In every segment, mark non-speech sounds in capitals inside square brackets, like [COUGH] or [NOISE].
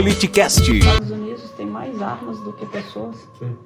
Politicast. Os Estados Unidos tem mais armas do que pessoas. Sim.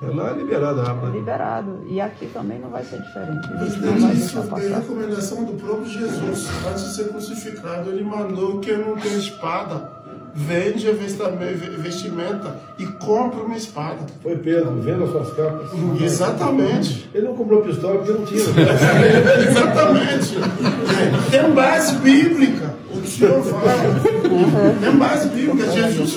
Ela é liberada, É rapaz. liberado. E aqui também não vai ser diferente. Mas Eles não vão desde deixar isso tem passar. recomendação do próprio Jesus. Antes de ser crucificado, ele mandou quem não tem espada. Vende a vesta- ve- vestimenta e compra uma [LAUGHS] espada. Foi Pedro, vendo as suas capas. Exatamente. Ele não comprou pistola porque não tinha. Exatamente. Tem base bíblica. O que o senhor fala. Uhum. Tem base bíblica. Jesus